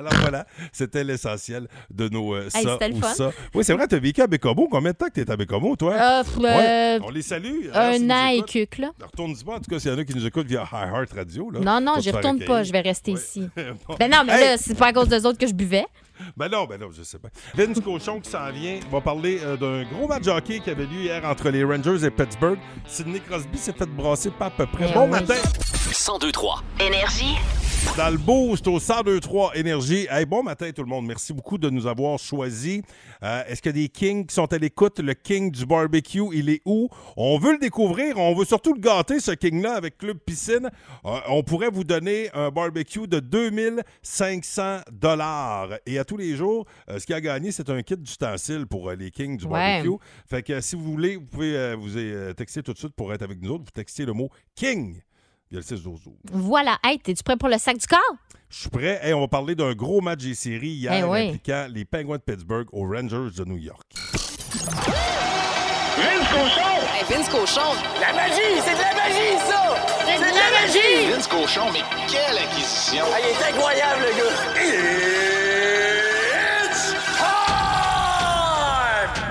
Alors voilà, c'était l'essentiel de nos euh, Hey, ça c'était le ou fun. ça. Oui, c'est vrai, t'as vécu à Bécomo. Combien de temps que t'es à Bécomo, toi? Euh, pff, euh, Ouais, on les salue. D'ailleurs, s'ils un nous an et écoutent, quelques, là. Retourne-y pas, en tout cas, s'il y en a qui nous écoutent via High Heart Radio. Là, Non, non, Faut j'y te faire retourne pas. accueillir. Je vais rester Ouais. ici. Bon. Ben non, mais Hey! là, c'est pas à cause d'eux autres que je buvais. Ben non, ben non, je sais pas. Vince Cochon qui s'en vient va parler euh, d'un gros match de hockey qui avait lieu hier entre les Rangers et Pittsburgh. Sidney Crosby s'est fait brasser pas à peu près. Eh bon oui. matin! 1023. Énergie. Dans le boost au 1023 Énergie. Hey, bon matin tout le monde. Merci beaucoup de nous avoir choisis. Euh, Est-ce qu'il y a des kings qui sont à l'écoute? Le king du barbecue, il est où? On veut le découvrir. On veut surtout le gâter, ce king-là, avec Club Piscine. Euh, on pourrait vous donner un barbecue de 2500 Et à tous les jours, euh, ce qui a gagné, c'est un kit d'ustensiles pour euh, les kings du Ouais. barbecue. Fait que euh, si vous voulez, vous pouvez euh, vous euh, texter tout de suite pour être avec nous autres. Vous textez le mot king. Il y a le 6 12 Voilà. Hey, t'es-tu prêt pour le sac du corps? je suis prêt. Hey, on va parler d'un gros match des séries hier Eh oui. impliquant les Penguins de Pittsburgh aux Rangers de New York. Hey, Vince Cochon. La magie, c'est de la magie, ça! C'est de la magie! Vince Cochon, mais quelle acquisition! Ah, il est incroyable, le gars! It's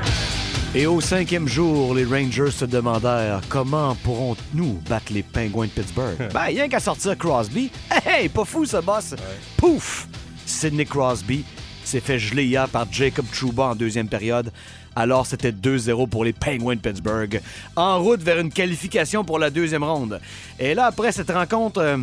time! Et au cinquième jour, les Rangers se demandèrent comment pourrons-nous battre les Pingouins de Pittsburgh. ben, rien qu'à sortir Crosby. Hey, hey, pas fou ce boss. Pouf! Sidney Crosby s'est fait geler hier par Jacob Trouba en deuxième période. Alors, c'était 2-0 pour les Penguins de Pittsburgh, en route vers une qualification pour la deuxième ronde. Et là, après cette rencontre euh,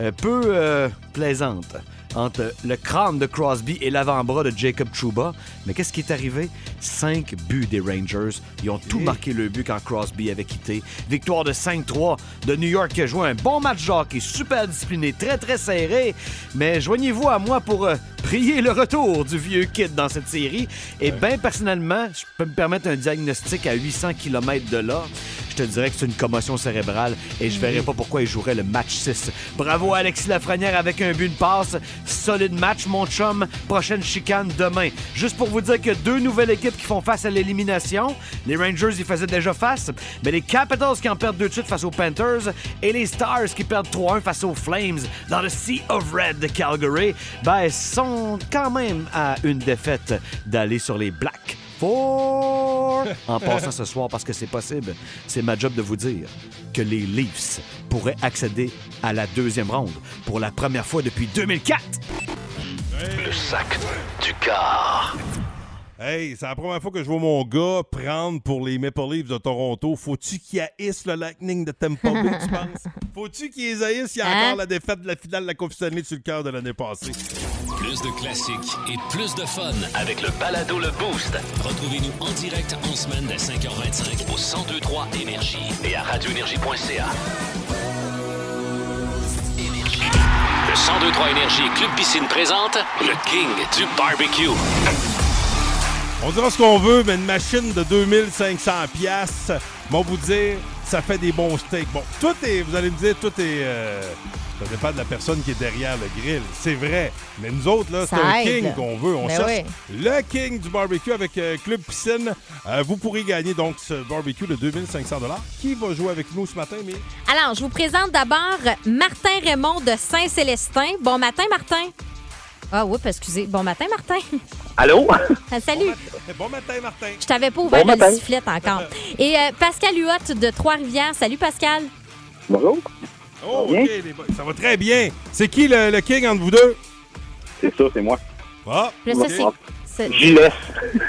euh, peu euh, plaisante entre le crâne de Crosby et l'avant-bras de Jacob Trouba, mais qu'est-ce qui est arrivé? Cinq buts des Rangers. Ils ont tout marqué le but quand Crosby avait quitté. Victoire de 5-3 de New York qui a joué un bon match de hockey, super discipliné, très très serré. Mais joignez-vous à moi pour euh, prier le retour du vieux kid dans cette série. Et bien personnellement, je peux me permettre un diagnostic à 800 km de là. Je te dirais que c'est une commotion cérébrale et je verrais pas pourquoi il jouerait le match 6. Bravo à Alexis Lafrenière avec un but de passe. Solide match, mon chum. Prochaine chicane demain. Juste pour vous dire qu'il y a deux nouvelles équipes qui font face à l'élimination. Les Rangers y faisaient déjà face, mais les Capitals qui en perdent deux de suite face aux Panthers et les Stars qui perdent 3-1 face aux Flames dans le Sea of Red de Calgary, ben, sont quand même à une défaite d'aller sur les Blacks. Four! En passant ce soir, parce que c'est possible, c'est ma job de vous dire que les Leafs pourraient accéder à la deuxième ronde pour la première fois depuis 2004. Le sac du corps. Hey, c'est la première fois que je vois mon gars prendre pour les Maple Leafs de Toronto. Faut-tu qu'il haïsse le Lightning de Tampa Bay, tu penses? Faut-tu qu'ils haïssent? Il y a Hein? encore la défaite de la finale de la Coupe Stanley sur le cœur de l'année passée. Plus de classiques et plus de fun. Avec le balado Le Boost Retrouvez-nous en direct en semaine dès 5h25 au 1023 Énergie et à radioénergie.ca. Le 1023 Énergie et Club Piscine présente le King du barbecue. On dira ce qu'on veut, mais une machine de 2500 pièces, bon vous dire, ça fait des bons steaks. Bon, tout est, vous allez me dire, tout est, euh, ça dépend de la personne qui est derrière le grill. C'est vrai, mais nous autres là, c'est Ça un aide. king qu'on veut. On Ben cherche le king du barbecue avec euh, Club Piscine. Euh, vous pourrez gagner donc ce barbecue de 2500 dollars. Qui va jouer avec nous ce matin, mais Alors, je vous présente d'abord Martin Raymond de Saint-Célestin. Bon matin, Martin. Ah, oups, excusez. Bon matin, Martin. Allô? Ah, Salut. eh, bon matin, Martin. Je t'avais pas ouvert le sifflet encore. Et euh, Pascal Huot de Trois-Rivières. Salut, Pascal. Bonjour, Oh, ok, les boys, ça va très bien. C'est qui le, le king entre vous deux c'est ça, c'est moi. Ah, Je ok. sais, c'est. c'est- J'y laisse.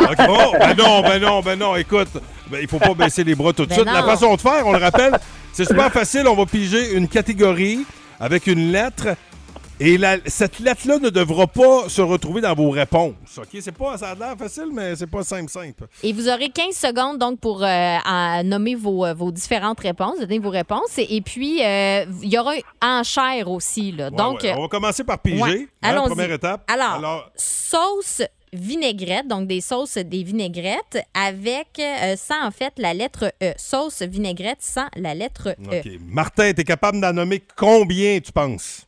OK. Oh, ben non, ben non, ben non, écoute, ben, il faut pas baisser les bras tout de Ben suite. La non. façon de faire, on le rappelle, c'est super facile, on va piger une catégorie avec une lettre Et la- cette lettre-là ne devra pas se retrouver dans vos réponses. OK? C'est pas, ça a l'air facile, mais c'est pas simple, simple. Et vous aurez 15 secondes donc pour euh, en nommer vos, euh, vos différentes réponses, donner vos réponses. Et, et puis, euh, il y aura en chair aussi. Là. Ouais, donc, euh, ouais. On va commencer par piger. Ouais. hein, Allons-y. première étape. Alors, sauce vinaigrette, donc des sauces, des vinaigrettes, avec, euh, sans en fait, la lettre E. Sauce vinaigrette sans la lettre E. OK. Martin, t'es capable d'en nommer combien, tu penses?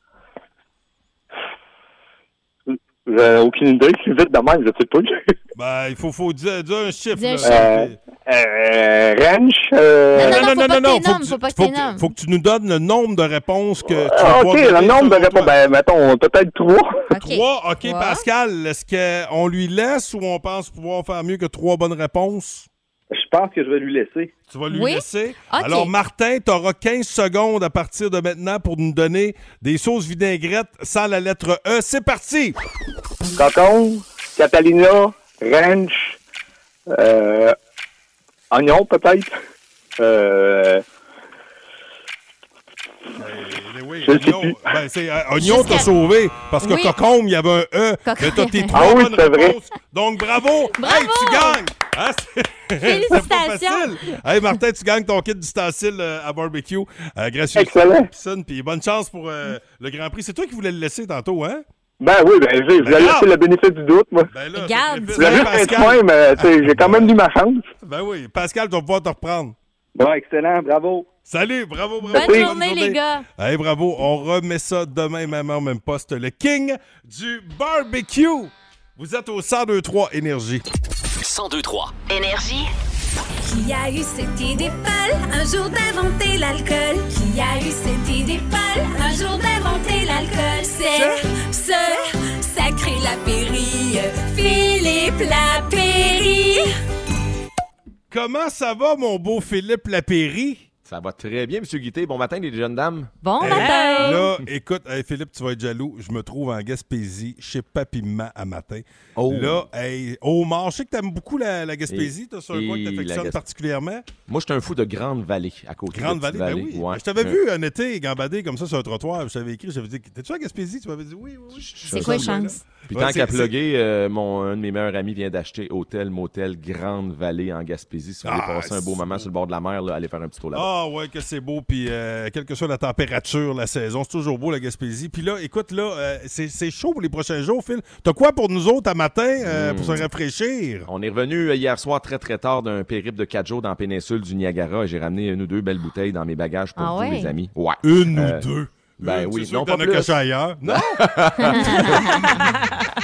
J'ai aucune idée. C'est vite de même, je sais pas. Ben, il faut, faut dire, dire un chiffre. Dis un là. chiffre. Euh, Euh, ranch. Non, Euh... non, non, faut pas que t'aies faut nomme, que tu- faut pas que faut t'aies nomme. Faut que tu nous donnes le nombre de réponses que tu Ah, vas ok, donner le nombre de selon toi. réponses. Ben, mettons, peut-être trois. Trois. OK, Pascal, est-ce qu'on lui laisse ou on pense pouvoir faire mieux que trois bonnes réponses? Je pense que je vais lui laisser. Tu vas lui Oui? laisser. OK. Alors, Martin, tu auras 15 secondes à partir de maintenant pour nous donner des sauces vinaigrettes sans la lettre E. C'est parti! Cocon, Catalina, ranch, euh, oignon peut-être. Euh, Je le sais plus. Eh Ben, c'est, euh, oignon Jusqu'à- t'a sauvé parce que Oui. Cocombe, il y avait un E. Mais t'as tes trois Ah oui, bonnes c'est vrai. réponses. Donc, bravo! Bravo! Hey, tu gagnes! Hein, c'est- c'est pas Félicitations! facile. Hey, Martin, tu gagnes ton kit d'ustensile euh, à barbecue. Euh, gracieusement, Excellent. Gibson, Puis bonne chance pour euh, le Grand Prix. C'est toi qui voulais le laisser tantôt, hein? Ben oui, ben, je je Ben vais garde. laisser le bénéfice du doute, moi. Regarde! Je voulais juste être point, mais tu sais, j'ai quand même eu ma chance. Ben oui, Pascal, tu vas pouvoir te reprendre. Bon, excellent, bravo. Salut, bravo, bravo. Bonne journée, les gars. Hey, bravo, on remet ça demain, même heure, même poste. Le king du barbecue. Vous êtes au 1023 Énergie. 1023. Énergie. Qui a eu cette idée folle un jour d'inventer l'alcool? Qui a eu cette idée folle un jour d'inventer l'alcool? C'est ce sacré Lapéry, Philippe Lapéry. Comment ça va, mon beau Philippe Lapéry? Ça va très bien, M. Guité. Bon matin, les jeunes dames. Bon Hey, matin! Là, écoute, hey, Philippe, tu vas être jaloux. Je me trouve en Gaspésie, chez Papiment à matin. Oh. Là, hey, homard, je sais que t'aimes beaucoup la, la Gaspésie. Et- T'as sur un coin et que la t'affectionnes Gasp- particulièrement. Moi, je suis un fou de Grande-Vallée, à côté de Grande-Vallée, ben oui. Petite-Vallée. Ouais. Je t'avais Euh, vu un été gambader comme ça sur un trottoir. Je t'avais écrit, j'avais dit, t'es-tu à Gaspésie? Tu m'avais dit oui, oui, oui. C'est quoi les chances? Puis Ouais, tant c'est- qu'à c'est- plugger, euh, mon, un de mes meilleurs amis vient d'acheter Hôtel Motel Grande-Vallée en Gaspésie. Si vous voulez Ah, passer un beau c'est moment sur le bord de la mer, là, allez faire un petit tour là-bas. Ah ouais, que c'est beau. Puis euh, quelle que soit la température, la saison, c'est toujours beau la Gaspésie. Puis là, écoute, là, euh, c'est c'est chaud pour les prochains jours, Phil. T'as quoi pour nous autres à matin euh, pour se rafraîchir? Hmm. On est revenu euh, hier soir très très tard d'un périple de quatre jours dans la péninsule du Niagara et j'ai ramené une ou deux belles bouteilles dans mes bagages pour Ah vous, ouais? les amis. Ouais. Une Euh, ou deux? Ben Une, oui, c'est sûr non, que t'en pas as plus. caché ailleurs. Non!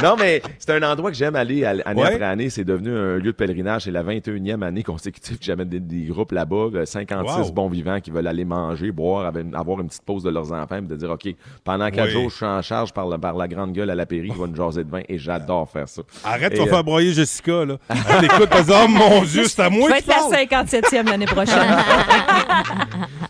Non, mais c'est un endroit que j'aime aller à- année Ouais. après année. C'est devenu un lieu de pèlerinage. C'est la 21e année consécutive que j'amène des, des groupes là-bas. euh, 56 Wow. bons vivants qui veulent aller manger, boire, avoir une- avoir une petite pause de leurs enfants et de dire OK, pendant quatre Oui. jours, je suis en charge par, la- par la grande gueule à la pairie qui va nous jaser de vin et j'adore faire ça. Arrête, Et, tu vas euh, faire broyer Jessica, là. Elle écoute, elle dit, oh mon Dieu, c'est à moi Je vais que tu être la parles. 57e l'année prochaine.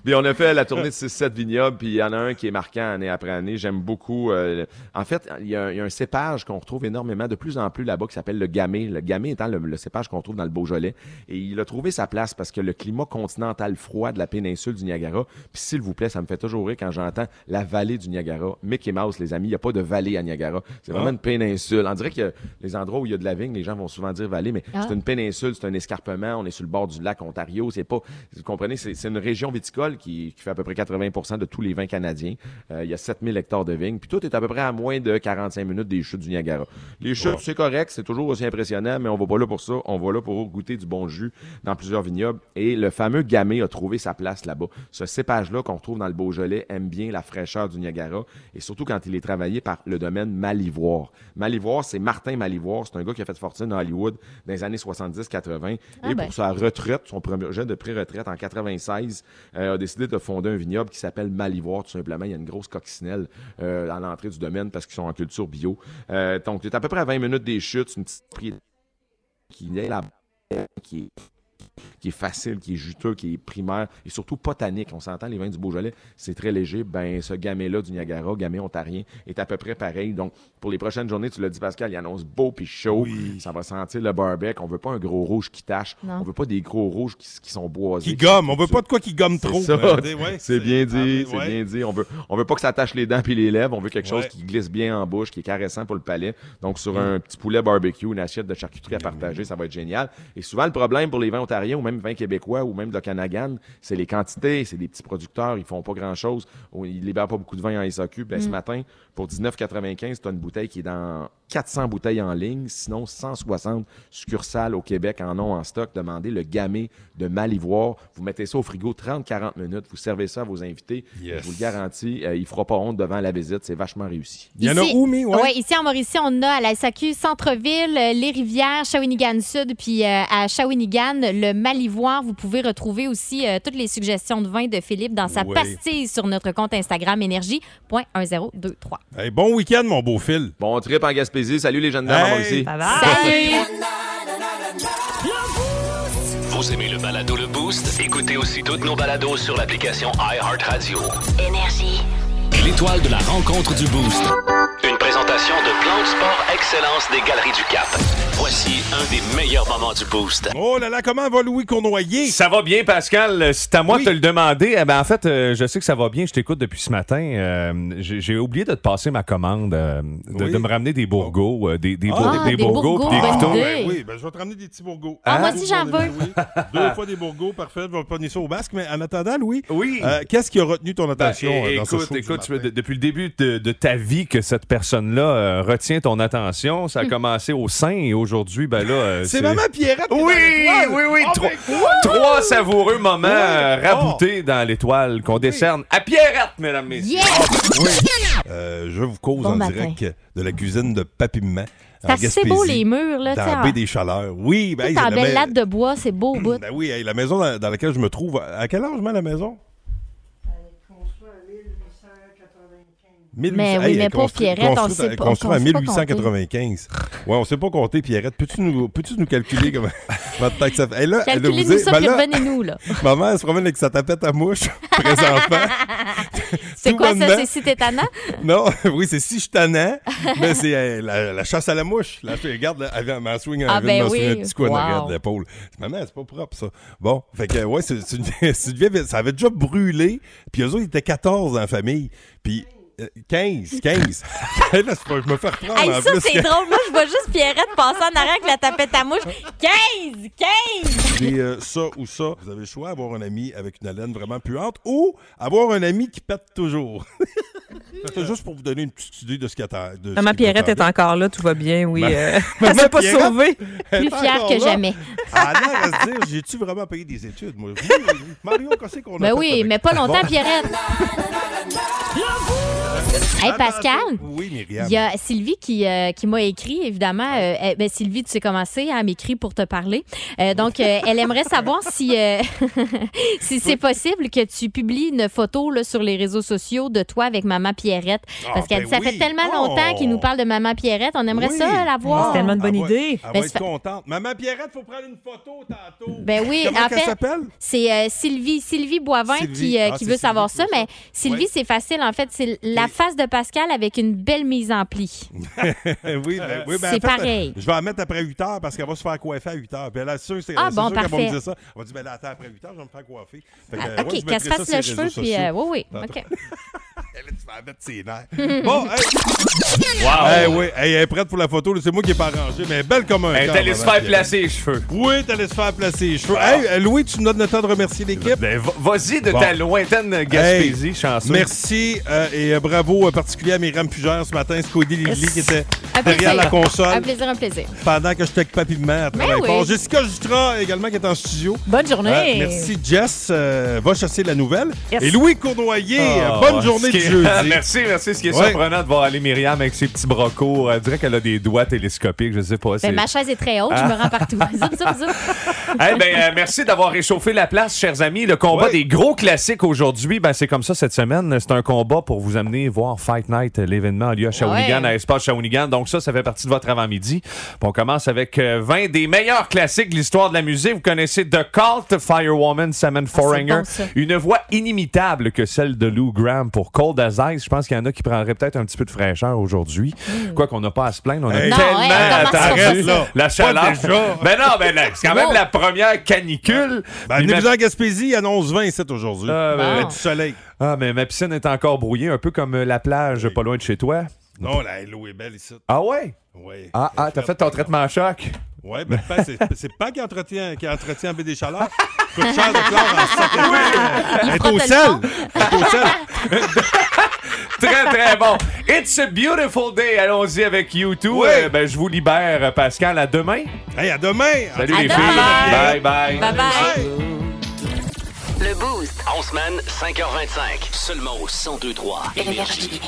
Puis on a fait la tournée de 6-7 vignobles, puis il y en a un qui est marquant année après année. J'aime beaucoup. euh, en fait, il y, a un- il y a un cépage qu'on retrouve énormément, de plus en plus là-bas, qui s'appelle le gamay. Le gamay étant le, le cépage qu'on trouve dans le Beaujolais. Et il a trouvé sa place parce que le climat continental froid de la péninsule du Niagara, puis s'il vous plaît, ça me fait toujours rire quand j'entends la vallée du Niagara. Mickey Mouse, les amis, il n'y a pas de vallée à Niagara. C'est vraiment Ah. une péninsule. On dirait que les endroits où il y a de la vigne, les gens vont souvent dire vallée, mais Ah. c'est une péninsule, c'est un escarpement, on est sur le bord du lac Ontario, c'est pas vous comprenez, c'est c'est une région viticole qui, qui fait à peu près 80 de tous les vins canadiens. Euh, il y a 7000 hectares de vignes, puis tout est à peu près à moins de 45 minutes des chutes du Niagara. Les chutes, Ouais. c'est correct, c'est toujours aussi impressionnant, mais on va pas là pour ça, on va là pour goûter du bon jus dans plusieurs vignobles et le fameux gamay a trouvé sa place là-bas. Ce cépage là qu'on retrouve dans le Beaujolais aime bien la fraîcheur du Niagara et surtout quand il est travaillé par le domaine Malivoire. Malivoire, c'est Martin Malivoire, c'est un gars qui a fait fortune à Hollywood dans les années 70-80 Ah et ben. pour sa retraite, son projet de pré-retraite en 96, euh, a décidé de fonder un vignoble qui s'appelle Malivoire, tout simplement. Il y a une grosse coccinelle euh, à l'entrée du domaine parce qu'ils sont en culture bio. Euh, donc, tu es à peu près à 20 minutes des chutes, une petite prix qui est là qui est qui est facile, qui est juteux, qui est primaire et surtout pas tannique. On s'entend, les vins du Beaujolais, c'est très léger. Ben, ce gamay-là du Niagara, gamay ontarien, est à peu près pareil. Donc, pour les prochaines journées, tu l'as dit, Pascal, il annonce beau puis chaud. Ça va sentir le barbecue. On veut pas un gros rouge qui tache. Non. On veut pas des gros rouges qui, qui sont boisés. Qui gomme. On veut pas de quoi qui gomme trop. C'est ça. mais regardez, ouais, c'est bien dit, ah, c'est ouais. bien dit. On veut, on veut pas que ça tache les dents puis les lèvres. On veut quelque chose Ouais. qui glisse bien en bouche, qui est caressant pour le palais. Donc, sur Mm. un petit poulet barbecue, une assiette de charcuterie à partager, ça va être génial. Et souvent, le problème pour les vins ontariens ou même vins québécois ou même de Canagan, c'est les quantités. C'est des petits producteurs. Ils font pas grand chose. Ils libèrent pas beaucoup de vin en SAQ. Ben, ce Mm. matin, pour 19,95, t'as une bouteille qui est dans 400 bouteilles en ligne, sinon 160 succursales au Québec en ont en stock. Demandez le gamay de Malivoire. Vous mettez ça au frigo 30-40 minutes. Vous servez ça à vos invités. Yes. Je vous le garantis, euh, il fera pas honte devant la visite. C'est vachement réussi. Ici- ouais, ici en Mauricie, on a à la SAQ Centre-Ville, euh, Les Rivières, Shawinigan Sud, puis euh, à Shawinigan, le Malivoire. Vous pouvez retrouver aussi euh, toutes les suggestions de vin de Philippe dans sa Oui. pastille sur notre compte Instagram énergie.1023. Hey, bon week-end, mon beau Phil. Bon trip en Gaspésie. Salut les jeunes dames en Mauricie. Salut! Vous aimez le balado Le Boost? Écoutez aussi toutes nos balados sur l'application iHeartRadio. Énergie. L'étoile de la rencontre du Boost. Une présentation de Plan de Sport Excellence des Galeries du Cap. Voici un des meilleurs moments du Boost. Oh là là, comment va Louis Cournoyer? Ça va bien, Pascal. C'est à moi de te le demander. Eh ben, en fait, euh, je sais que ça va bien. Je t'écoute depuis ce matin. Euh, J'ai j'ai oublié de te passer ma commande, euh, de, Oui. de me ramener des bourgots, euh, des, des, bour- Ah, des bourgots, puis des couteaux. Ben oui, ben je vais te ramener des petits bourgots. Ah, moi aussi, j'en veux. Oui, Deux fois des bourgots, parfait. Je vais pogner ça au basque. Mais en attendant, Louis, euh, oui. qu'est-ce qui a retenu ton Ben, attention é- euh, dans ce écoute, show du écoute, tu- de- depuis le début de, de ta vie que cette personne-là euh, retient ton attention, ça a Hmm. commencé au sein et aujourd'hui, ben là, euh, C'est maman Pierrette. Oui, oui, oui. trois. Trois savoureux moments euh, raboutés Oh. dans l'étoile qu'on décerne à Pierrette, mesdames, messieurs. Ben, Euh, je vous cause Bon en matin. direct de la cuisine de Papiment. C'est assez beau, les murs, là, Dans tu sais, la en- baie des Chaleurs. Oui, ben, hey, Tout en la belle ma- latte de bois, c'est beau au bout. Ben oui, hey, la maison dans, dans laquelle je me trouve. À quel âge, moi, la maison? Mais oui, mais pour Pierrette, on sait pas- on Construit en sait pas 1895. Ouais, on sait pas compter, Pierrette. Peux-tu nous, peux-tu nous calculer comment votre temps que ça fait? Hey, là, elle va vous Calculez-nous dire, ça, ben puis là, revenez-nous, là. Maman, elle se promène avec sa tapette à mouche, présentement. C'est Tout quoi ça? bonnement. C'est si tétanant? Non, oui, c'est si je tannais, mais c'est euh, la, la chasse à la mouche. Là, je regarde, là, elle vient- elle m'en swing, elle Ah, vient de ben m'en swing oui. un petit coup, elle Wow. regarde l'épaule. Maman, c'est pas propre, ça. Bon, fait que, ouais, c'est c'est une, c'est une vieille ville. Ça avait déjà brûlé, puis eux autres, ils étaient 14 dans la famille, puis euh, 15, 15. Là, c'est pas- je me fais reprendre Hey, Ah, en ça, plus. hein. c'est drôle. Moi, je vois juste Pierrette passer en arrière avec la tapette à mouche. 15! 15! C'est euh, ça ou ça. Vous avez le choix, avoir un ami avec une haleine vraiment puante ou avoir un ami qui pète toujours. C'est juste pour vous donner une petite idée de ce qu'il y a ta- de ce Maman qui peut Pierrette est tarder. encore là, tout va bien, oui. Ma- euh, Maman elle s'est pas Pierrette sauvée. est Plus encore fière que là. Ben, Ah, jamais. Elle a l'air à se dire, j'ai-tu vraiment payé des études, moi? Oui, oui. Mario, qu'est-ce qu'on a Ben fait oui, avec- mais pas longtemps, Bon. Pierrette. Hey, Attends, Pascal. Oui, Myriam. Il y a Sylvie qui, euh, qui m'a écrit, évidemment. Euh, eh, ben, Sylvie, tu sais commencé à m'écrire pour te parler. Euh, donc, euh, elle aimerait savoir si, euh, si c'est possible que tu publies une photo là, sur les réseaux sociaux de toi avec Maman Pierrette. Ah, Parce qu'elle ben dit, ça oui. fait tellement longtemps Oh. qu'il nous parle de Maman Pierrette. On aimerait ça la voir. C'est tellement une bonne Ah, Elle va- idée. Elle va Ben, être ça fait- contente. Maman Pierrette, faut prendre une photo tantôt. Ben oui, Comment en qu'elle fait, s'appelle? c'est euh, Sylvie, Sylvie Boivin Sylvie. qui, euh, Ah, qui c'est veut savoir ça, mais Ouais. Sylvie, c'est facile en fait, c'est la face de Pascal avec une belle mise en pli. oui, ben, oui, ben, C'est en fait, pareil. Je vais en mettre après 8 heures parce qu'elle va se faire coiffer à 8 heures. Puis là, c'est sûr, c'est Ah, c'est bon, sûr qu'elle va me parfait. dire ça. On va dire, ben là, attends, après 8 heures, je vais me faire coiffer. Fait que, Ah, Ben ouais, OK, je qu'elle se mettrai fasse ça le sur cheveu, les réseaux puis euh, sociaux. oui, oui, Attends. OK. Tu vas mettre ses nerfs. Bon, hey! Hey, oui, hey, elle est prête pour la photo. là. C'est moi qui n'ai pas arrangé, mais belle comme un. Elle est cœur, allée se madame faire Pierrette. placer les cheveux. Oui, t'allais se faire placer les cheveux. Hey, euh, Louis, tu nous donnes le temps de remercier l'équipe. Vas-y Ben, de ta lointaine Gaspésie, chanceux. Merci euh, et euh, bravo euh, particulier à Myriam Fugère ce matin, Scody Lily qui était Un derrière plaisir. la Un console plaisir, un plaisir. pendant que j'étais avec Papy Mère à travailler Ben oui. fort. Jessica Jutra également qui est en studio. Bonne journée. Euh, Ah, Ben, merci Jess, euh, va chasser la nouvelle. Yes. Et Louis Cournoyer, Ah, euh, bonne ouais, journée ce qui de est- jeudi. Ah, merci, merci. Ce qui est Ouais. surprenant de voir aller Myriam avec ses petits bras courts. Elle dirait qu'elle a des doigts télescopiques, je sais pas. Ben, c'est- ma chaise est très haute, je me rends partout. Zoup, zoup, zoup. Eh ben, euh, merci d'avoir réchauffé la place, chers amis. Le combat des gros classiques aujourd'hui, ben, c'est comme ça cette semaine. C'est un combat pour vous amener amené voir Fight Night, euh, l'événement a lieu à Shawinigan, Ouais. à Espace Shawinigan. Donc ça, ça fait partie de votre avant-midi. Puis on commence avec euh, 20 des meilleurs classiques de l'histoire de la musique. Vous connaissez The Cult, Firewoman, Simon Foreigner. bon, ça. Une voix inimitable que celle de Lou Graham pour Cold as Ice. Je pense qu'il y en a qui prendraient peut-être un petit peu de fraîcheur aujourd'hui. Quoi qu'on n'a pas à se plaindre, on a Hey. Hmm. Non, tellement ouais, on commence attendu sur ça. la Pas chaleur. déjà. Ben non, ben là, c'est quand même Wow. la première canicule. Ben, Puis venez-vous ma- en Gaspésie, il annonce 20 c'est aujourd'hui. Ah, ben, Fait du soleil. Ah, mais ma piscine est encore brouillée, un peu comme euh, la plage pas loin de chez toi. Non, la l'eau est belle ici. Ah ouais? Oui. Ah, ah, t'as fait ton traitement à choc? Ouais, ben, pas- c'est c'est pas qui entretient, qui entretient bien des chaleurs. Coûte cher de chlore en sacré. Ah, Elle est au sel. Très, très bon. It's a beautiful day. Allons-y avec YouTube. ben, je vous libère, euh, Pascal. À demain. Hey, à demain. Salut À les demain. filles. Bye bye. Le Boost. En semaine, 5h25. Seulement au 102-3. Énergie.